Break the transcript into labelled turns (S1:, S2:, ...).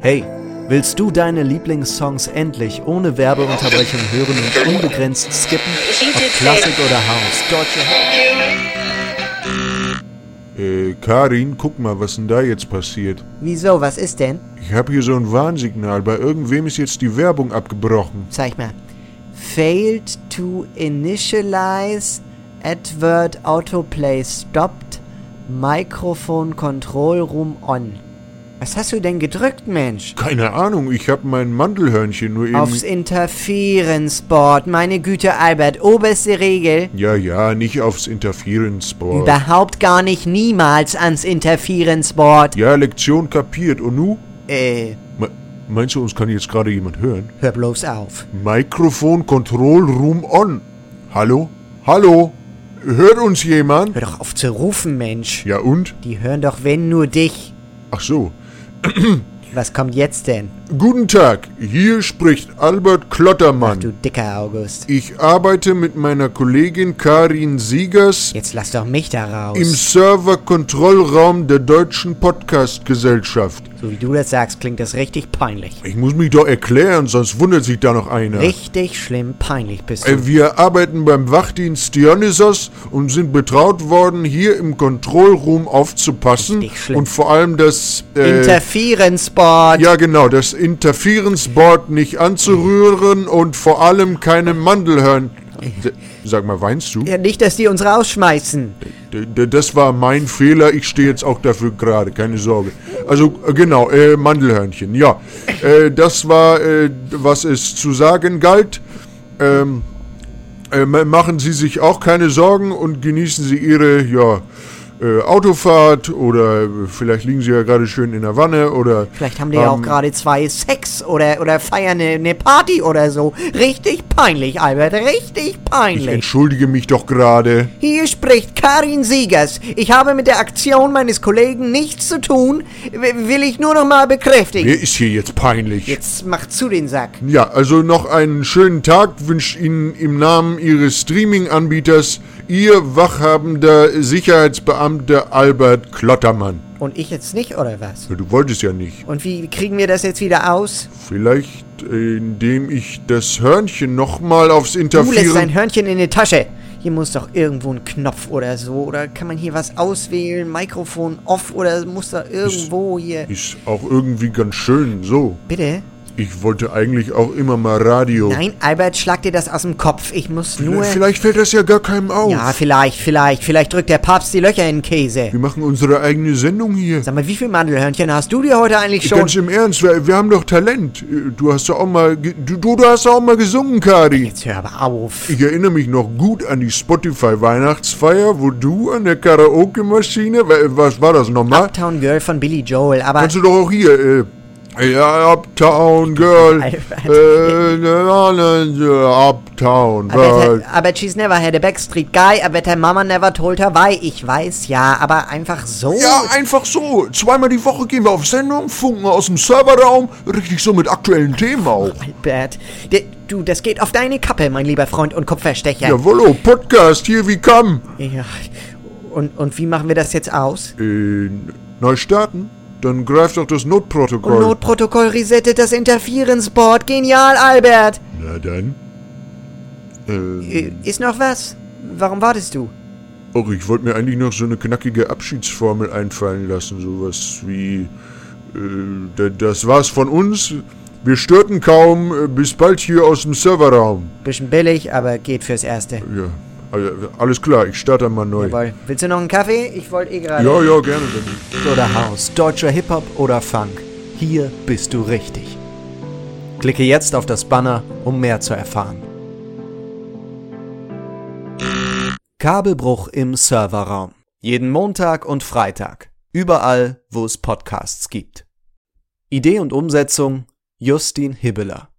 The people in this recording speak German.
S1: Hey, willst du deine Lieblingssongs endlich ohne Werbeunterbrechung hören und unbegrenzt skippen? Ob Klassik oder House, deutsche
S2: Äh, Karin, guck mal, was denn da jetzt passiert.
S3: Wieso, was ist denn?
S2: Ich habe hier so ein Warnsignal. Bei irgendwem ist jetzt die Werbung abgebrochen.
S3: Zeig mal. Failed to initialize advert autoplay stopped Mikrofon Control Room on. Was hast du denn gedrückt, Mensch?
S2: Keine Ahnung, ich habe mein Mandelhörnchen nur eben.
S3: Aufs Interferenzboard. Meine Güte, Albert, oberste Regel.
S2: ja, ja, nicht aufs Interferenzboard.
S3: Überhaupt gar nicht niemals ans Interferenzboard.
S2: Ja, Lektion kapiert. Und nu?
S3: Äh,
S2: Me- Meinst du, uns kann jetzt gerade jemand hören?
S3: hör bloß auf.
S2: Mikrofon Control Room on. Hallo? Hallo? Hört uns jemand?
S3: Hör doch auf zu rufen, Mensch.
S2: Ja und?
S3: Die hören doch wenn nur dich.
S2: Ach so.
S3: Was kommt jetzt denn?
S2: Guten Tag, hier spricht Albert Klottermann.
S3: Du dicker August.
S2: Ich arbeite mit meiner Kollegin Karin Siegers
S3: Jetzt lass doch mich da
S2: im
S3: raus.
S2: Serverkontrollraum der Deutschen Podcast-Gesellschaft.
S3: So wie du das sagst, klingt das richtig peinlich.
S2: Ich muss mich doch erklären, sonst wundert sich da noch einer.
S3: Richtig schlimm peinlich bist
S2: Äh,
S3: du.
S2: Wir arbeiten beim Wachdienst Dionysos und sind betraut worden, hier im Kontrollroom aufzupassen
S3: Richtig schlimm.
S2: und vor allem das äh,
S3: Interferenzboard.
S2: ja genau das Interferenzboard nicht anzurühren und vor allem keine Mandelhörn. S- Sag mal, weinst du?
S3: Ja, nicht, dass die uns rausschmeißen.
S2: D- d- Das war mein Fehler. Ich stehe jetzt auch dafür gerade. Keine Sorge. Also äh, genau, äh, Mandelhörnchen. Ja, äh, das war, äh, was es zu sagen galt. Ähm, äh, ma- machen Sie sich auch keine Sorgen und genießen Sie Ihre ja, äh, Autofahrt oder äh, vielleicht liegen Sie ja gerade schön in der Wanne oder
S3: Vielleicht haben die ja auch
S2: Ähm,
S3: gerade zwei Sex oder, oder feiern eine, eine Party oder so. Richtig peinlich, Albert. Richtig
S2: ich
S3: peinlich.
S2: entschuldige mich doch gerade.
S3: Hier spricht Karin Siegers. Ich habe mit der Aktion meines Kollegen nichts zu tun. W- Will ich nur noch mal bekräftigen.
S2: Mir ist hier jetzt peinlich.
S3: Jetzt mach zu den Sack.
S2: Ja, also noch einen schönen Tag wünscht Ihnen im Namen Ihres Streaming-Anbieters Ihr wachhabender Sicherheitsbeamter Albert Klottermann.
S3: Und ich jetzt nicht, oder was?
S2: Du wolltest ja nicht.
S3: Und wie kriegen wir das jetzt wieder aus?
S2: Vielleicht, äh, indem ich das Hörnchen nochmal aufs
S3: Du lässt dein
S2: Interfieren...
S3: Hörnchen in die Tasche. Hier muss doch irgendwo ein Knopf oder so. Oder kann man hier was auswählen? Mikrofon off oder muss da irgendwo hier.
S2: Ist auch irgendwie ganz schön, so.
S3: Bitte?
S2: Ich wollte eigentlich auch immer mal Radio.
S3: Nein, Albert, schlag dir das aus dem Kopf. Ich muss nur.
S2: Vielleicht fällt das ja gar keinem auf.
S3: ja, vielleicht, vielleicht. Vielleicht drückt der Papst die Löcher in den Käse.
S2: Wir machen unsere eigene Sendung hier.
S3: Sag mal, wie viel Mandelhörnchen hast du dir heute eigentlich schon?
S2: Ganz im Ernst, wir, wir haben doch Talent. Äh, Du hast doch auch mal... ge- Du, du hast doch auch mal gesungen, Kari.
S3: Jetzt hör aber auf.
S2: Ich erinnere mich noch gut an die Spotify-Weihnachtsfeier, wo du an der Karaoke-Maschine, wa- was war das nochmal?
S3: Uptown Girl von Billy Joel, aber.
S2: Kannst du doch auch hier, äh, ja, Uptown Girl,
S3: Albert.
S2: äh, na, na, na, Uptown
S3: Aber,
S2: Girl.
S3: her- aber she's never had a backstreet guy, aber her mama never told her why. Ich weiß ja, aber einfach so.
S2: Ja, einfach so. Zweimal die Woche gehen wir auf Sendung, funken aus dem Serverraum, richtig so mit aktuellen Themen auch.
S3: Oh, Albert, der, du, das geht auf deine Kappe, mein lieber Freund und Kupferstecher.
S2: Jawollo, Podcast, hier wie kam.
S3: Ja. Und, und wie machen wir das jetzt aus?
S2: Äh, neu starten? hm? Dann greift doch das Notprotokoll.
S3: Und Notprotokoll resettet das Interferenzboard. Genial, Albert.
S2: Na dann. Ähm.
S3: Äh, Ist noch was? Warum wartest du?
S2: Och, ich wollte mir eigentlich noch so eine knackige Abschiedsformel einfallen lassen, sowas wie äh, d- das war's von uns. Wir störten kaum, äh, bis bald hier aus dem Serverraum.
S3: Bisschen billig, aber geht fürs Erste.
S2: Ja, also, alles klar, ich starte mal neu.
S3: Jawohl. Willst du noch einen Kaffee? Ich wollte eh gerade.
S2: Ja, ja, gerne.
S1: House
S2: Dann.
S1: oder House, deutscher Hip-Hop oder Funk. Hier bist du richtig. Klicke jetzt auf das Banner, um mehr zu erfahren. Kabelbruch im Serverraum. Jeden Montag und Freitag. Überall, wo es Podcasts gibt. Idee und Umsetzung Justin Hibbeler.